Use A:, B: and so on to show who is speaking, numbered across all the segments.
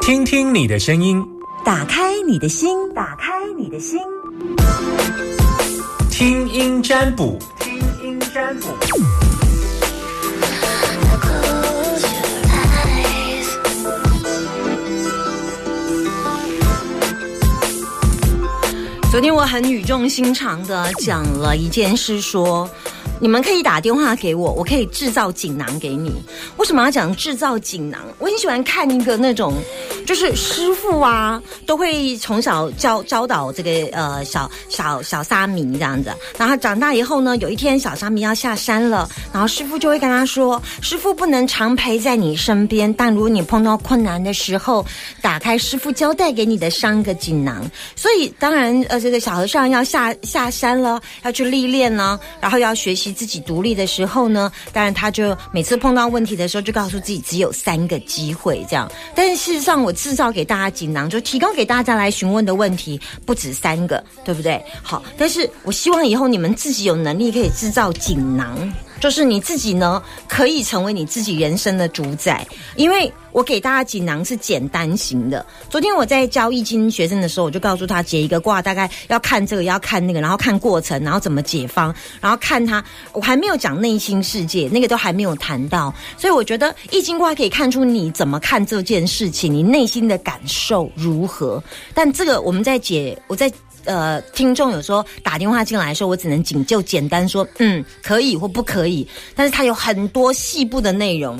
A: 听听你的声音，
B: 打开你的心，打开你的心，
A: 听音占卜，听音占卜。
B: 昨天我很语重心长的讲了一件事说。你们可以打电话给我，我可以制造锦囊给你。为什么要讲制造锦囊？我很喜欢看一个那种，就是师傅啊，都会从小教教导这个呃小小小沙弥这样子。然后长大以后呢，有一天小沙弥要下山了，然后师傅就会跟他说：“师傅不能常陪在你身边，但如果你碰到困难的时候，打开师傅交代给你的三个锦囊。”所以当然呃，这个小和尚要下下山了，要去历练呢，然后要学习。自己独立的时候呢，当然他就每次碰到问题的时候，就告诉自己只有三个机会这样。但是事实上，我制造给大家锦囊，就提供给大家来询问的问题不止三个，对不对？好，但是我希望以后你们自己有能力可以制造锦囊，就是你自己呢可以成为你自己人生的主宰，因为。我给大家锦囊是简单型的。昨天我在教易经学生的时候，我就告诉他解一个卦，大概要看这个，要看那个，然后看过程，然后怎么解方，然后看他。我还没有讲内心世界，那个都还没有谈到。所以我觉得易经卦可以看出你怎么看这件事情，你内心的感受如何。但这个我们在解，我在。呃，听众有时候打电话进来的时候，我只能仅就简单说，嗯，可以或不可以，但是它有很多细部的内容。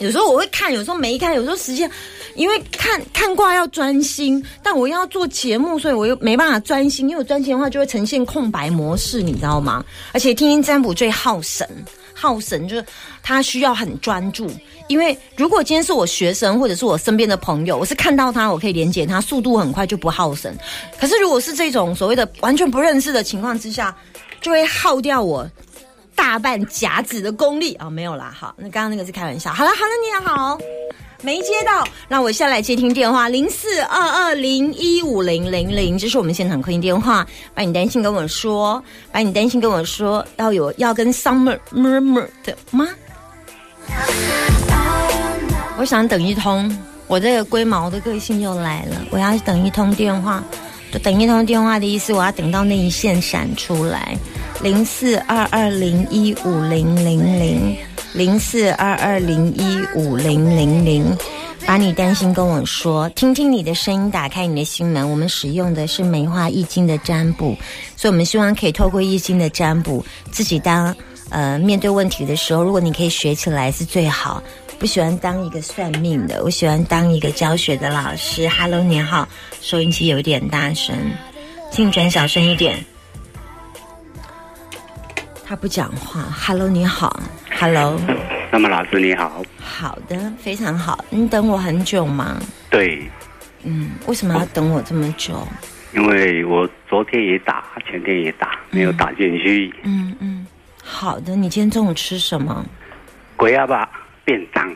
B: 有时候我会看，有时候没看，有时候时间，因为看看卦要专心，但我要做节目，所以我又没办法专心，因为我专心的话就会呈现空白模式，你知道吗？而且听音占卜最耗神，耗神就是他需要很专注，因为如果今天是我学生或者是我身边的朋友，我是看到他，我可以连接他，速度很快就不耗神。可是如果是这种所谓的完全不认识的情况之下，就会耗掉我。大半甲子的功力啊、哦，没有啦，好，那刚刚那个是开玩笑。好了，好了，你好，没接到，那我先来接听电话，零四二二零一五零零零，这是我们现场客厅电话。把你担心跟我说，把你担心跟我说，要有要跟 summer murmur 的吗？我想等一通，我这个龟毛的个性又来了，我要等一通电话。就等一通电话的意思，我要等到那一线闪出来，零四二二零一五零零零，零四二二零一五零零零，把你担心跟我说，听听你的声音，打开你的心门。我们使用的是梅花易经的占卜，所以我们希望可以透过易经的占卜，自己当呃面对问题的时候，如果你可以学起来是最好。不喜欢当一个算命的，我喜欢当一个教学的老师。Hello，你好，收音机有点大声，请转小声一点。他不讲话。Hello，你好，Hello。
C: 那么老师你好，
B: 好的，非常好。你等我很久吗？
C: 对，
B: 嗯，为什么要等我这么久？
C: 因为我昨天也打，前天也打，没有打进去。
B: 嗯嗯，好的。你今天中午吃什么？
C: 鬼鸭吧。便当，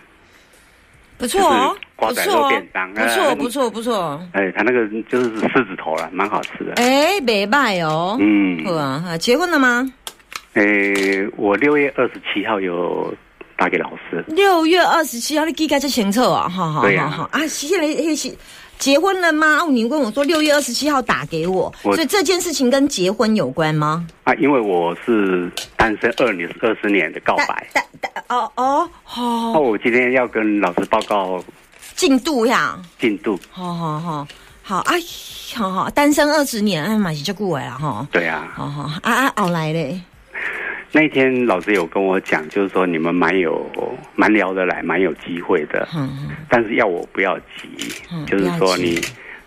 B: 不错哦，
C: 就是、
B: 不错哦，
C: 便当，
B: 不错，不错，不错。
C: 哎，他那个就是狮子头了，蛮好吃的。
B: 哎，美拜哦，
C: 嗯，
B: 好啊，结婚了吗？
C: 哎，我六月二十七号有打给老师。
B: 六月二十七号，你记个这前奏啊，好好好好啊，谢谢谢。结婚了吗？哦，你问我说六月二十七号打给我，所以这件事情跟结婚有关吗？
C: 啊，因为我是单身二年二十年的告白。
B: 单单哦哦好。
C: 那我今天要跟老师报告
B: 进度呀。
C: 进度。
B: 好好好，好哎，好好单身二十年，哎嘛是就过来了哈。
C: 对啊。
B: 好好啊啊，熬来嘞。
C: 那天老师有跟我讲，就是说你们蛮有蛮聊得来，蛮有机会的。
B: 嗯，
C: 但是要我不要急，
B: 嗯、
C: 就是说你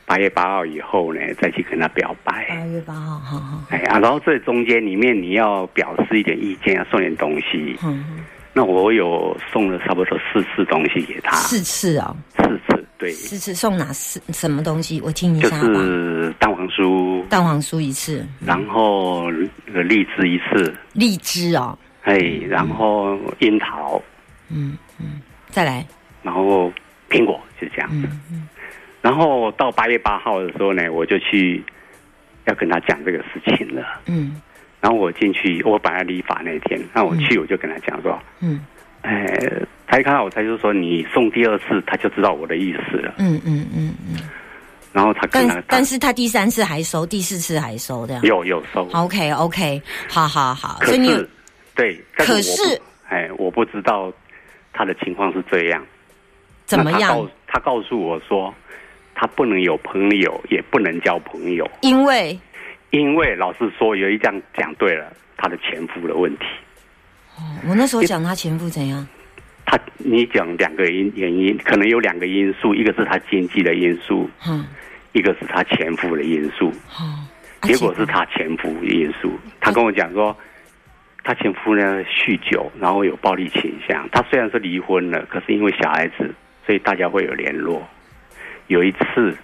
C: 八月八号以后呢，再去跟他表白。
B: 八月八号，好好。
C: 哎啊，然后这中间里面你要表示一点意见，要啊送点东西。
B: 嗯，
C: 那我有送了差不多四次东西给他。
B: 四次啊、
C: 哦？四次，对。
B: 四次送哪四什么东西？我听一下
C: 吧。就是蛋黄酥。
B: 蛋黄酥一次。
C: 然后呃荔枝一次。
B: 荔枝哦，
C: 哎，然后樱桃，
B: 嗯嗯，再来，
C: 然后苹果就这样子，
B: 嗯嗯，
C: 然后到八月八号的时候呢，我就去要跟他讲这个事情了，
B: 嗯，
C: 然后我进去，我本来理发那天，那我去我就跟他讲说，
B: 嗯，
C: 哎、呃，台卡老师就说你送第二次，他就知道我的意思了。
B: 嗯嗯嗯，
C: 然后他跟他
B: 但但是他第三次还收，第四次还收这样。
C: 嗯有有收，
B: OK OK，好好好，
C: 可
B: 所以你有
C: 是对，但
B: 可
C: 我不
B: 是
C: 哎，我不知道他的情况是这样。
B: 怎么
C: 那他
B: 样
C: 告？他告诉我说，他不能有朋友，也不能交朋友，
B: 因为
C: 因为老师说有一讲讲对了，他的前夫的问题。
B: 哦我那时候讲他前夫怎样，
C: 他你讲两个因原因，可能有两个因素，一个是他经济的因素，
B: 哈、
C: 一个是他前夫的因素。
B: 好、啊
C: 结果是他前夫的因素，他跟我讲说，他前夫呢酗酒，然后有暴力倾向。他虽然是离婚了，可是因为小孩子，所以大家会有联络。有一次，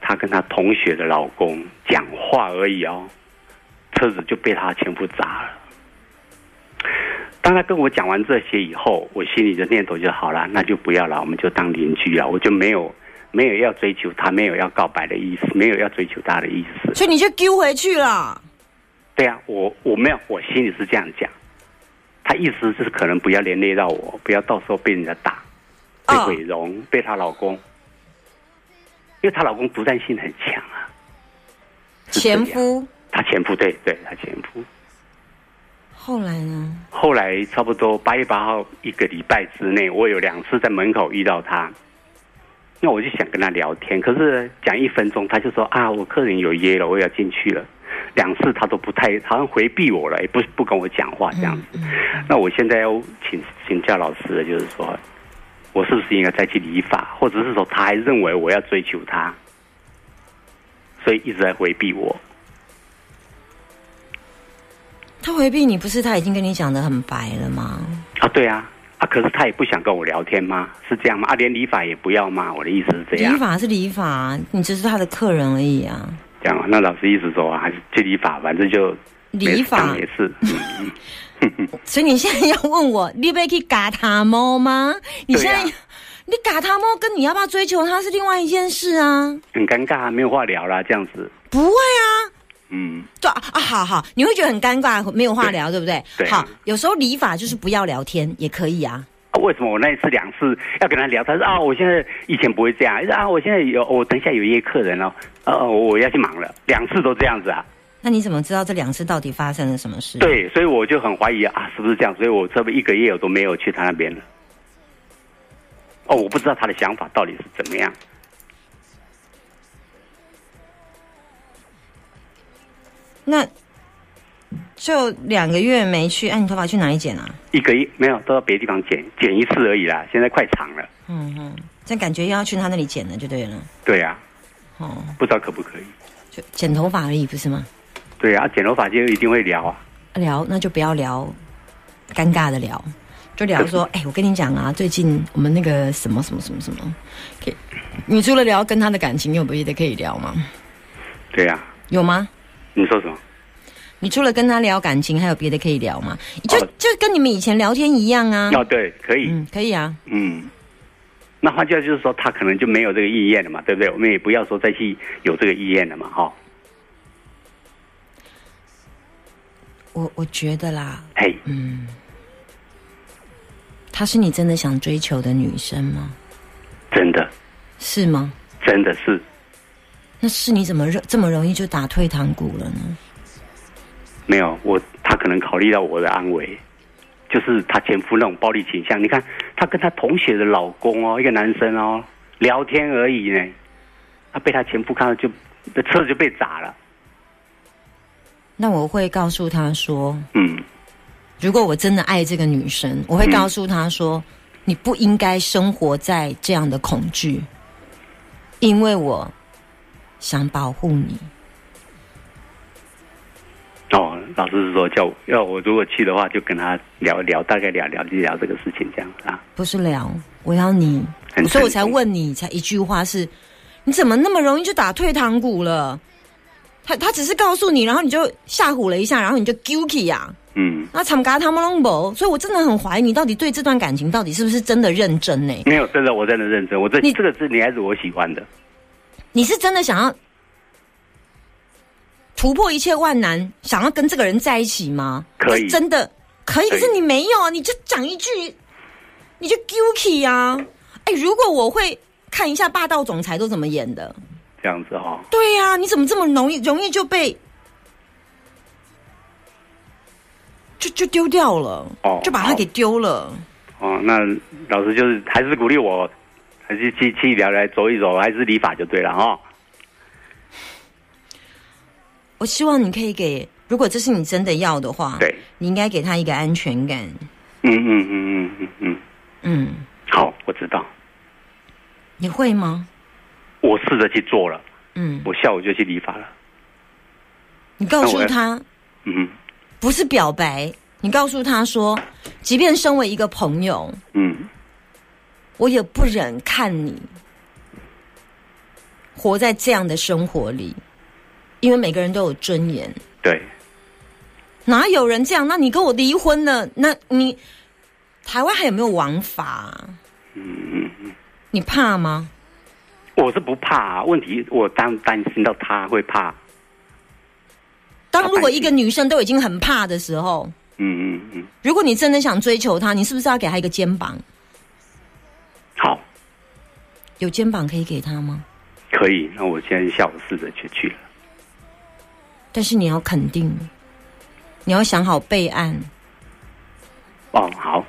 C: 他跟他同学的老公讲话而已哦，车子就被他前夫砸了。当他跟我讲完这些以后，我心里的念头就好了，那就不要了，我们就当邻居了。我就没有没有要追求他，没有要告白的意思，没有要追求他的意思。
B: 所以你就丢回去了。
C: 对啊，我我没有，我心里是这样讲。她意思就是可能不要连累到我，不要到时候被人家打，被
B: 哦
C: 毁容，被她老公，因为她老公独占性很强啊。是这样
B: 前，夫
C: 她前夫对对，她前夫。
B: 后来呢？
C: 后来差不多八月八号一个礼拜之内，我有两次在门口遇到他，那我就想跟他聊天，可是讲一分钟他就说啊，我客人有约了，我要进去了。两次他都不太，好像回避我了，也不不跟我讲话这样子。那我现在要请请教老师的就是说，我是不是应该再去理发，或者是说他还认为我要追求他，所以一直在回避我。
B: 他回避你，不是他已经跟你讲的很白了吗？
C: 啊，对啊，啊，可是他也不想跟我聊天吗？是这样吗？啊，连理发也不要吗？我的意思是这
B: 理
C: 样，
B: 法是理法，你只是他的客人而已啊。
C: 这样啊。那老师意思说啊，还是去理发，反正就没
B: 理发
C: 没事。
B: 所以你现在要问我，你被去嘎他猫吗？你现在、
C: 对呀
B: 你嘎他猫，跟你要不要追求他是另外一件事啊。
C: 很尴尬啊，没有话聊啦，这样子。
B: 不会啊，
C: 嗯，
B: 对啊，啊好好，你会觉得很尴尬，没有话聊，对不对？
C: 对
B: 好，有时候理法就是不要聊天也可以啊。
C: 啊，为什么我那一次两次要跟他聊？他说啊，我现在以前不会这样，啊，我现在有，我等一下有约客人哦，呃、啊，我要去忙了，两次都这样子啊。
B: 那你怎么知道这两次到底发生了什么事？，
C: 对，所以我就很怀疑啊，是不是这样？所以我这么一个月我都没有去他那边了。哦，我不知道他的想法到底是怎么样。
B: 那就两个月没去，哎、你头发去哪里剪啊？
C: 一个月没有，都到别的地方剪剪一次而已啦。现在快长了，
B: 嗯哼，这感觉要去他那里剪了就对了。
C: 对呀、
B: 哦，
C: 不知道可不可以？
B: 就剪头发而已，不是吗？
C: 对呀、剪头发就一定会聊啊。
B: 聊那就不要聊尴尬的聊，就聊说，哎、我跟你讲啊，最近我们那个什么什么什么什么，可以你除了聊跟他的感情，你有别的可以聊吗？
C: 对呀、
B: 有吗？
C: 你说什么？
B: 你除了跟他聊感情，还有别的可以聊吗？就
C: 哦
B: 就跟你们以前聊天一样啊。
C: 哦，对，可以，
B: 嗯，可以啊。
C: 嗯。那换句话就是说，他可能就没有这个意愿了嘛，对不对？我们也不要说再去有这个意愿了嘛，哈、
B: 我我觉得啦，
C: 嘿，
B: 她是你真的想追求的女生吗？
C: 真的，
B: 是吗？
C: 真的是，
B: 那是你怎么这么容易就打退堂鼓了呢？
C: 没有我，他可能考虑到我的安危，就是他前夫那种暴力倾向。你看，他跟他同学的老公哦，一个男生哦，聊天而已呢，他被他前夫看到就，这车子就被砸了。
B: 那我会告诉她说，
C: 嗯，
B: 如果我真的爱这个女生，我会告诉她说，你不应该生活在这样的恐惧，因为我想保护你。
C: 哦，老师是说叫我要我如果去的话，就跟他聊一聊，大概聊聊就聊这个事情这样子啊。
B: 不是聊，我要你
C: 很，
B: 所以我
C: 诚
B: 才
C: 恳
B: 问你，才一句话是，你怎么那么容易就打退堂鼓了？他他只是告诉你，然后你就吓唬了一下，然后你就 guilty 呀、
C: 嗯，
B: 那参加他们拢无，所以我真的很怀疑你到底对这段感情到底是不是真的认真呢？
C: 没有，真的我真的认真，我这
B: 你
C: 这个是女孩子我喜欢的，
B: 你是真的想要突破一切万难，想要跟这个人在一起吗？
C: 可
B: 是
C: 以
B: 真的可以，
C: 可
B: 可
C: 以
B: 是你没有啊，你就讲一句你就 guilty 呀、啊！哎，如果我会看一下霸道总裁都怎么演的，
C: 这样子哈、哦。
B: 对呀、你怎么这么容易容易就被就就丢掉了？
C: 哦
B: 就把它
C: 好
B: 给丢了。
C: 哦，那老师就是还是鼓励我，还是去去聊来走一走，还是理发就对了哦哈、
B: 我希望你可以给，如果这是你真的要的话，
C: 对，
B: 你应该给他一个安全感。
C: 嗯嗯嗯嗯嗯嗯，
B: 嗯，
C: 好，我知道，
B: 你会吗？
C: 我试着去做了，
B: 嗯，
C: 我下午就去理发了。
B: 你告
C: 那我
B: 诉
C: 要
B: 他
C: 嗯
B: 不是表白，你告诉他说，即便身为一个朋友，
C: 嗯，
B: 我也不忍看你活在这样的生活里，因为每个人都有尊严。
C: 对，
B: 哪有人这样？那你跟我离婚了，那你台湾还有没有王法啊、
C: 嗯嗯，
B: 你怕吗？
C: 我是不怕、问题我担担心到他会怕。
B: 当如果一个女生都已经很怕的时候，
C: 嗯嗯嗯，
B: 如果你真的想追求她，你是不是要给她一个肩膀？
C: 好，
B: 有肩膀可以给她吗？
C: 可以，那我今天下午试着去去了。
B: 但是你要肯定，你要想好备案。
C: 哦，好，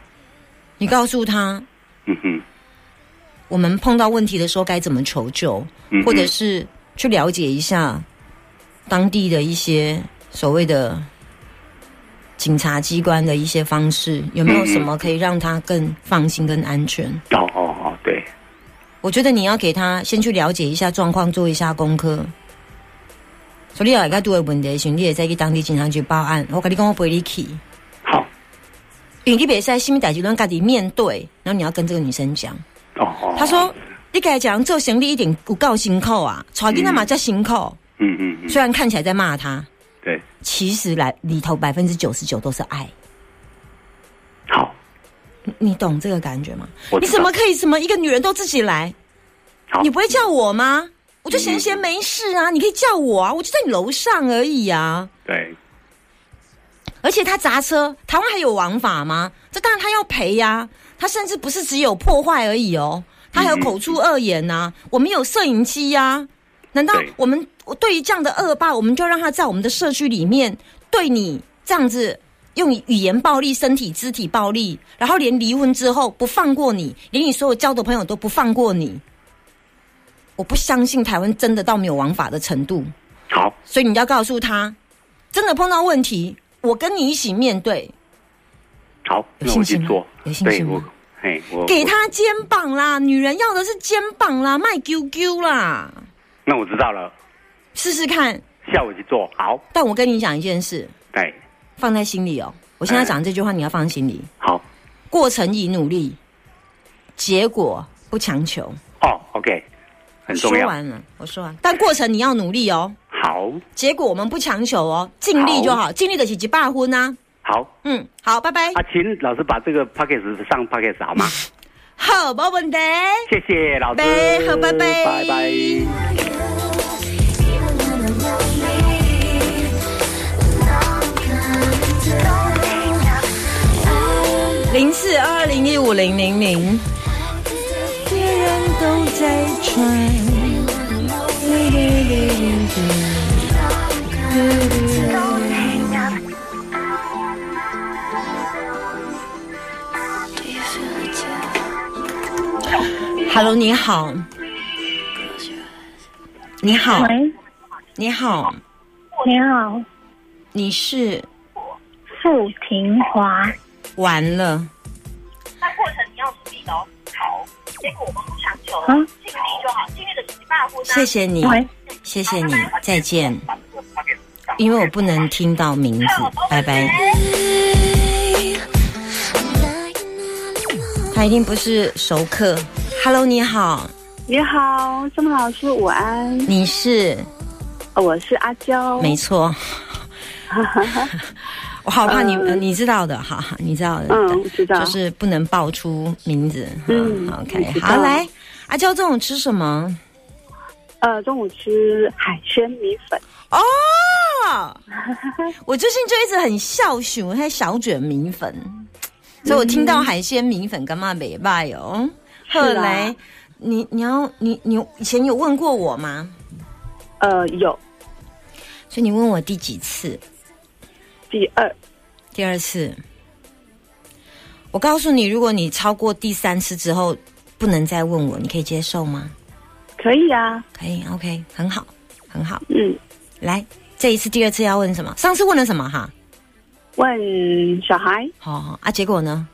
B: 你告诉她，
C: 嗯哼，
B: 我们碰到问题的时候该怎么求救，
C: 嗯哼
B: 或者是去了解一下当地的一些所谓的警察机关的一些方式，有没有什么可以让她更放心、更安全？
C: 哦哦哦，对，
B: 我觉得你要给他先去了解一下状况，做一下功课。所以你若家拄个问题的时候，你会再去当地警察局报案。我跟你讲，我陪你去，
C: 好，
B: 因为你袂使什么代志拢家己面对，然后你要跟这个女生讲。
C: 哦哦，
B: 他说：“你该讲做生意一定有够辛苦啊，带囡仔嘛才辛苦。
C: 嗯嗯嗯，
B: 虽然看起来在骂他，
C: 对，
B: 其实来里头百分之九十九都是爱。
C: 好，
B: 你你懂这个感觉吗？
C: 我
B: 你
C: 知道
B: 怎么可以什么一个女人都自己来？
C: 好，
B: 你不会叫我吗？我就闲闲没事啊，你可以叫我啊，我就在你楼上而已啊。
C: 对，
B: 而且他砸车，台湾还有王法吗？这当然他要赔呀、他甚至不是只有破坏而已哦，他还有口出恶言呐、我们有摄影机呀、难道
C: 对
B: 我们我对于这样的恶霸，我们就让他在我们的社区里面对你这样子用语言暴力、身体肢体暴力，然后连离婚之后不放过你，连你所有交的朋友都不放过你？我不相信台湾真的到没有王法的程度。
C: 好，
B: 所以你要告诉他，真的碰到问题，我跟你一起面对，
C: 好，
B: 有
C: 那
B: 信
C: 我去
B: 心吗
C: 做
B: 有，信
C: 对
B: 心吗
C: 我，哎，我
B: 给
C: 我
B: 他肩膀啦。女人要的是肩膀啦，卖 QQ 啦，
C: 那我知道了，
B: 试试看。
C: 下午去做，好，
B: 但我跟你讲一件事，
C: 对，
B: 放在心里哦。我现在讲这句话，你要放心里。
C: 好，
B: 过程以努力，结果不强求。
C: 哦，OK，很
B: 说
C: 重要，
B: 完了，我说完。但过程你要努力哦，
C: 好，
B: 结果我们不强求哦，尽力就好，尽力的起几罢婚啊。
C: 好，
B: 嗯，好，拜拜。
C: 阿琴老师把这个 p a c k a g e 上 p a c k a g e 好吗？
B: 好，没问题。
C: 谢谢老师
B: 拜，好拜拜
C: 拜拜。
D: Even when I'm lonely, love comes alone.
B: 零四二零一五零零零。别人都在传。
D: Do you feel it too?
B: Hello，你好，
D: Close your eyes.
B: 你好，
E: 喂，
B: 你好，
E: 你好，
B: 你是
E: 傅廷华。
B: 完了，
F: 那过程你要努力的哦。好，结果我们不强求，
E: 啊
F: 尽力就好，尽力的只是大步
B: 谢谢你，
E: 喂，
B: 谢谢你，再见。因为我不能听到名字，拜拜。
D: Like an animal.
B: 他一定不是熟客。Hello，你好，
E: 你好，郑老师，午安，
B: 你是
E: 呃我是阿娇。
B: 没 错。我好怕你，呃你知道的，哈哈，你知道的，
E: 嗯嗯，我知道，
B: 就是不能爆出名字。
E: 嗯
B: 啊
E: 我
B: ，OK，
E: 知道
B: 好，来，阿娇中午吃什么？
E: 呃，中午吃海鲜米粉。
B: 哦，我最近就一直很孝顺，我还小卷米粉。所以我听到海鲜米粉干嘛没卖哦。
E: 是
B: 后
E: 啊
B: 来你你要你你以前有问过我吗？
E: 呃，有
B: 所以你问我第几次？
E: 第二，
B: 第二次。我告诉你，如果你超过第三次之后，不能再问我，你可以接受吗？
E: 可以啊，
B: 可以，OK，很好，很好。
E: 嗯，
B: 来，这一次第二次要问什么？上次问了什么哈？
E: 问小孩，
B: 好、好啊，结果呢？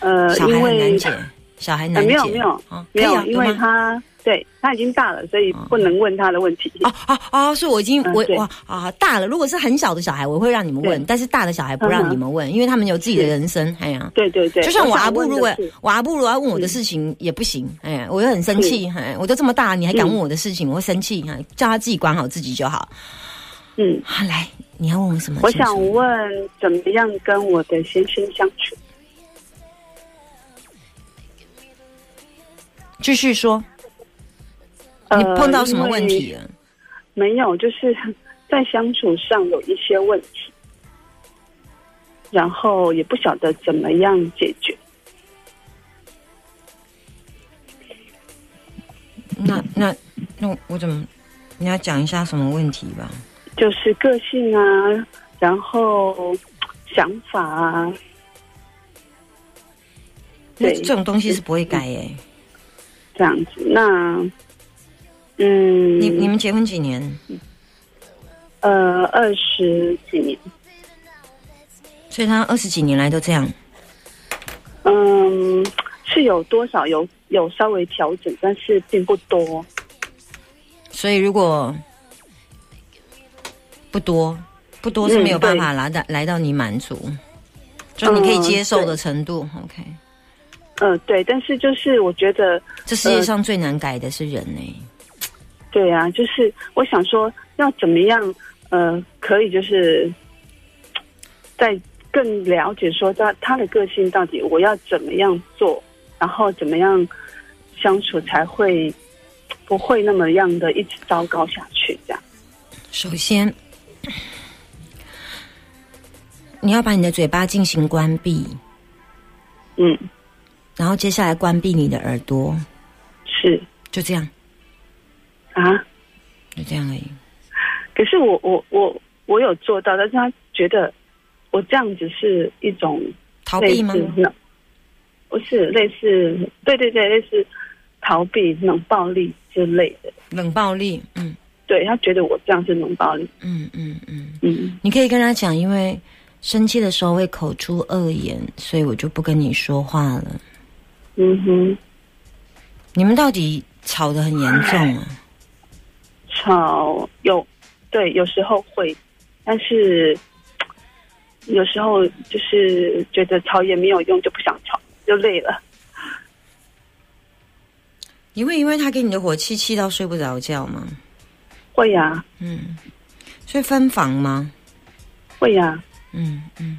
E: 呃，
B: 小孩
E: 因
B: 很难
E: 为
B: 解，小孩难解。
E: 呃没有没有
B: 啊，
E: 没
B: 可以
E: 有
B: 啊，
E: 因为
B: 有吗
E: 他对他已经大了，所以不能问他的问题。
B: 哦哦哦，所以我已经
E: 嗯
B: 我
E: 对
B: 哇啊大了。如果是很小的小孩，我会让你们问，
E: 对
B: 但是大的小孩不让
E: 嗯哼
B: 你们问，因为他们有自己的
E: 是
B: 人生。哎呀，
E: 对对对，
B: 就像我阿
E: 想
B: 布，
E: 问的
B: 如果
E: 是嗯
B: 我阿布如果要问我的事情也不行，哎呀，我又很生气，哎，我都这么大，你还敢问我的事情，我会生气，哎，叫他自己管好自己就好。
E: 嗯，
B: 啊，来，你要问我什么？
E: 我
B: 先说
E: 想问怎么样跟我的先生相处？
B: 继续说，
E: 呃
B: 你碰到什么问？
E: 因
B: 题
E: 为
B: 了？
E: 没有，就是 在相处上有一些问题，然后也不晓得怎么样解决。
B: 那那那我我怎么？你要讲一下什么问题吧？
E: 就是个性啊，然后想法啊，
B: 那
E: 对嗯
B: 这种东西是不会改欸耶、
E: 这样子。那，嗯，
B: 你你们结婚几年？
E: 呃，二十几年，
B: 所以他二十几年来都这样。
E: 嗯，是有多少有有稍微调整，但是并不多。
B: 所以如果不多，不多是没有办法来到、来到你满足，就你可以接受的程度。OK，
E: 嗯、对，但是就是我觉得，
B: 这世界上最难改的是人呢、
E: 对啊，就是我想说，要怎么样，呃，可以就是在更了解说他他的个性到底，我要怎么样做，然后怎么样相处才会不会那么样的一直糟糕下去，这样。
B: 首先，你要把你的嘴巴进行关闭，
E: 嗯，
B: 然后接下来关闭你的耳朵，
E: 是
B: 就这样，
E: 啊，
B: 就这样而已。
E: 可是我我我我有做到，但是他觉得我这样子是一种
B: 逃
E: 类
B: 避
E: 似
B: 吗？
E: 那不是类似，对对对，类似逃避冷暴力之类的。
B: 冷暴力？嗯
E: 对他觉得我这样是冷暴力，
B: 嗯嗯嗯，
E: 嗯，
B: 你可以跟他讲，因为生气的时候会口出恶言，所以我就不跟你说话了。
E: 嗯哼，
B: 你们到底吵得很严重啊？
E: 吵有，对，有时候会，但是有时候就是觉得吵也没有用，就不想吵，就累了。
B: 你会因为他给你的火气气到睡不着觉吗？
E: 会呀、
B: 嗯，所以分房吗？
E: 会呀、
B: 嗯嗯，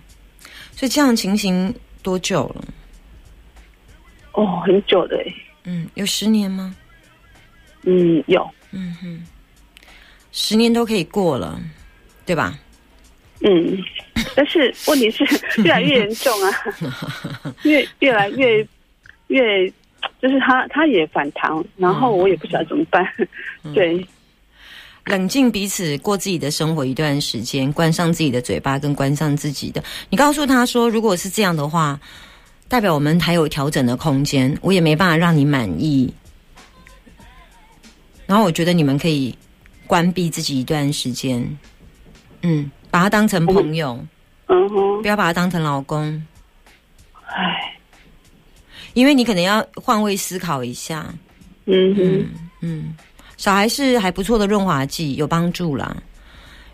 B: 所以这样的情形多久了？
E: 哦，很久的欸，
B: 嗯，有十年吗？
E: 嗯，有，
B: 嗯哼，十年都可以过了，对吧？
E: 嗯，但是问 题是越来越严重啊，越越来越越，就是他他也反弹，然后我也不晓得怎么办。
B: 嗯
E: 对，
B: 冷静彼此，过自己的生活一段时间，关上自己的嘴巴，跟关上自己的。你告诉他说，如果是这样的话，代表我们还有调整的空间，我也没办法让你满意。然后我觉得你们可以关闭自己一段时间，嗯，把他当成朋友，
E: 嗯哼
B: 不，要把他当成老公，
E: 唉，
B: 因为你可能要换位思考一下。
E: 嗯哼，
B: 嗯，小孩是还不错的润滑剂，有帮助啦。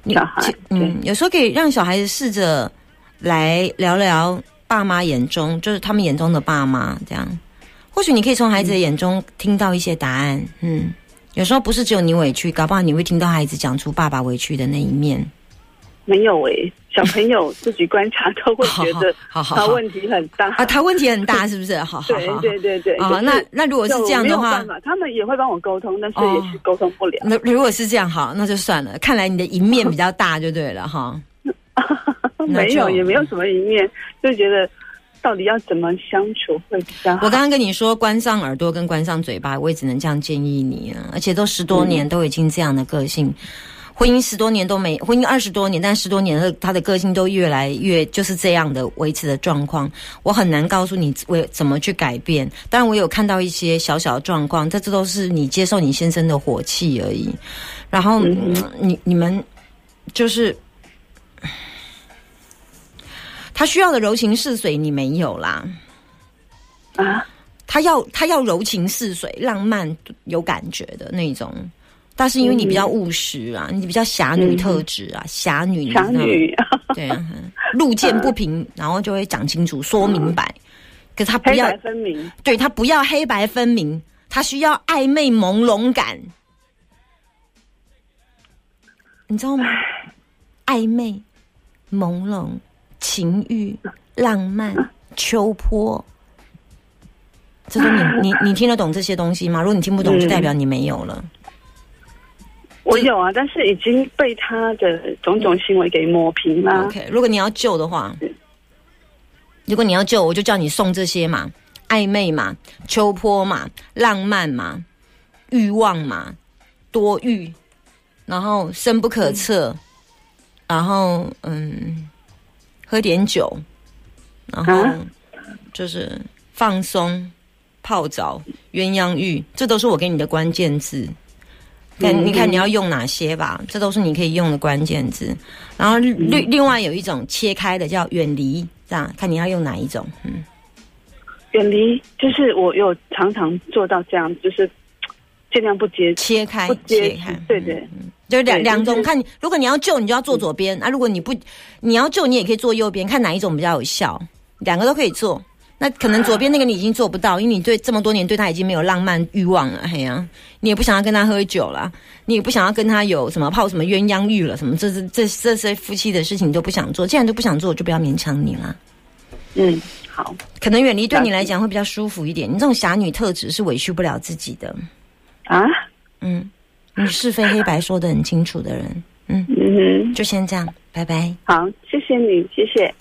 B: 你
E: 小孩
B: 其
E: 对
B: 嗯，有时候可以让小孩子试着来聊聊爸妈眼中，就是他们眼中的爸妈这样。或许你可以从孩子的眼中听到一些答案。嗯，有时候不是只有你委屈，搞不好你会听到孩子讲出爸爸委屈的那一面。
E: 没有诶、小朋友自己观察都会觉得
B: 好好好好
E: 他问题很大
B: 啊，。他问题很大，是不是？好好
E: 对
B: 好。
E: 对对对，
B: 啊
E: 可是
B: 那那如果是这样的话
E: 就没有办法，他们也会帮我沟通，但是
B: 哦
E: 也是沟通不了。
B: 那如果是这样，好，那就算了。看来你的赢面比较大，就对了哈。那
E: 没
B: 就
E: 有，也没有什么一面，就觉得到底要怎么相处会比较好？
B: 我刚刚跟你说关上耳朵跟关上嘴巴，我也只能这样建议你啊。而且都十多年，都已经这样的个性，婚姻十多年都没，婚姻二十多年，但十多年的他的个性都越来越就是这样的维持的状况。我很难告诉你我怎么去改变。当然，我有看到一些小小的状况，但这都是你接受你先生的火气而已。然后、嗯你你们就是他需要的柔情似水，你没有啦。
E: 啊，
B: 他要他要柔情似水、浪漫有感觉的那种，但是因为你比较务实啊，你比较侠女特质啊，侠女你知道
E: 嗯侠
B: 吗
E: 女，
B: 对啊，嗯路见不 平，然后就会讲清楚、说明白。可是他不
E: 黑
B: 要，
E: 白分明。
B: 对他不要黑白分明，他需要暧昧朦胧感，你知道吗？暧昧、朦胧、情欲、浪漫、秋波，这都你你你听得懂这些东西吗？如果你听不懂，
E: 嗯
B: 就代表你没有了。
E: 我有啊，但是已经被他的种种行为给抹平啦。
B: 嗯 OK，如果你要救的话，如果你要救，我就叫你送这些嘛，暧昧嘛，秋波嘛，浪漫嘛，欲望嘛，多欲，然后深不可测，然后嗯，喝点酒，然后
E: 啊
B: 就是放松、泡澡、鸳鸯浴，这都是我给你的关键字。看，
E: 嗯
B: 你看你要用哪些吧，这都是你可以用的关键字。然后
E: 嗯
B: 另另外有一种切开的叫远离，这样看你要用哪一种。嗯，
E: 远离，就是我有常常做到这样，就是尽量不接
B: 切开
E: 不，接
B: 切开，嗯
E: 对对，
B: 就是两
E: 对
B: 两
E: 就
B: 种。
E: 是嗯
B: 看你，如果你要救，你就要做左边；啊，如果你不，你要救，你也可以做右边，看哪一种比较有效。两个都可以做。那可能左边那个你已经做不到，因为你对这么多年对他已经没有浪漫欲望了，嘿呀、你也不想要跟他喝酒啦，你也不想要跟他有什么泡什么鸳鸯浴了，什么这这这这些夫妻的事情你都不想做。既然都不想做，我就不要勉强你啦。
E: 嗯，好，
B: 可能远离对你
E: 了解
B: 来讲会比较舒服一点。你这种侠女特质是委屈不了自己的，
E: 啊，
B: 嗯，你是非黑白说的很清楚的人，嗯，
E: 嗯哼，
B: 就先这样，拜拜。
E: 好，谢谢你，谢谢。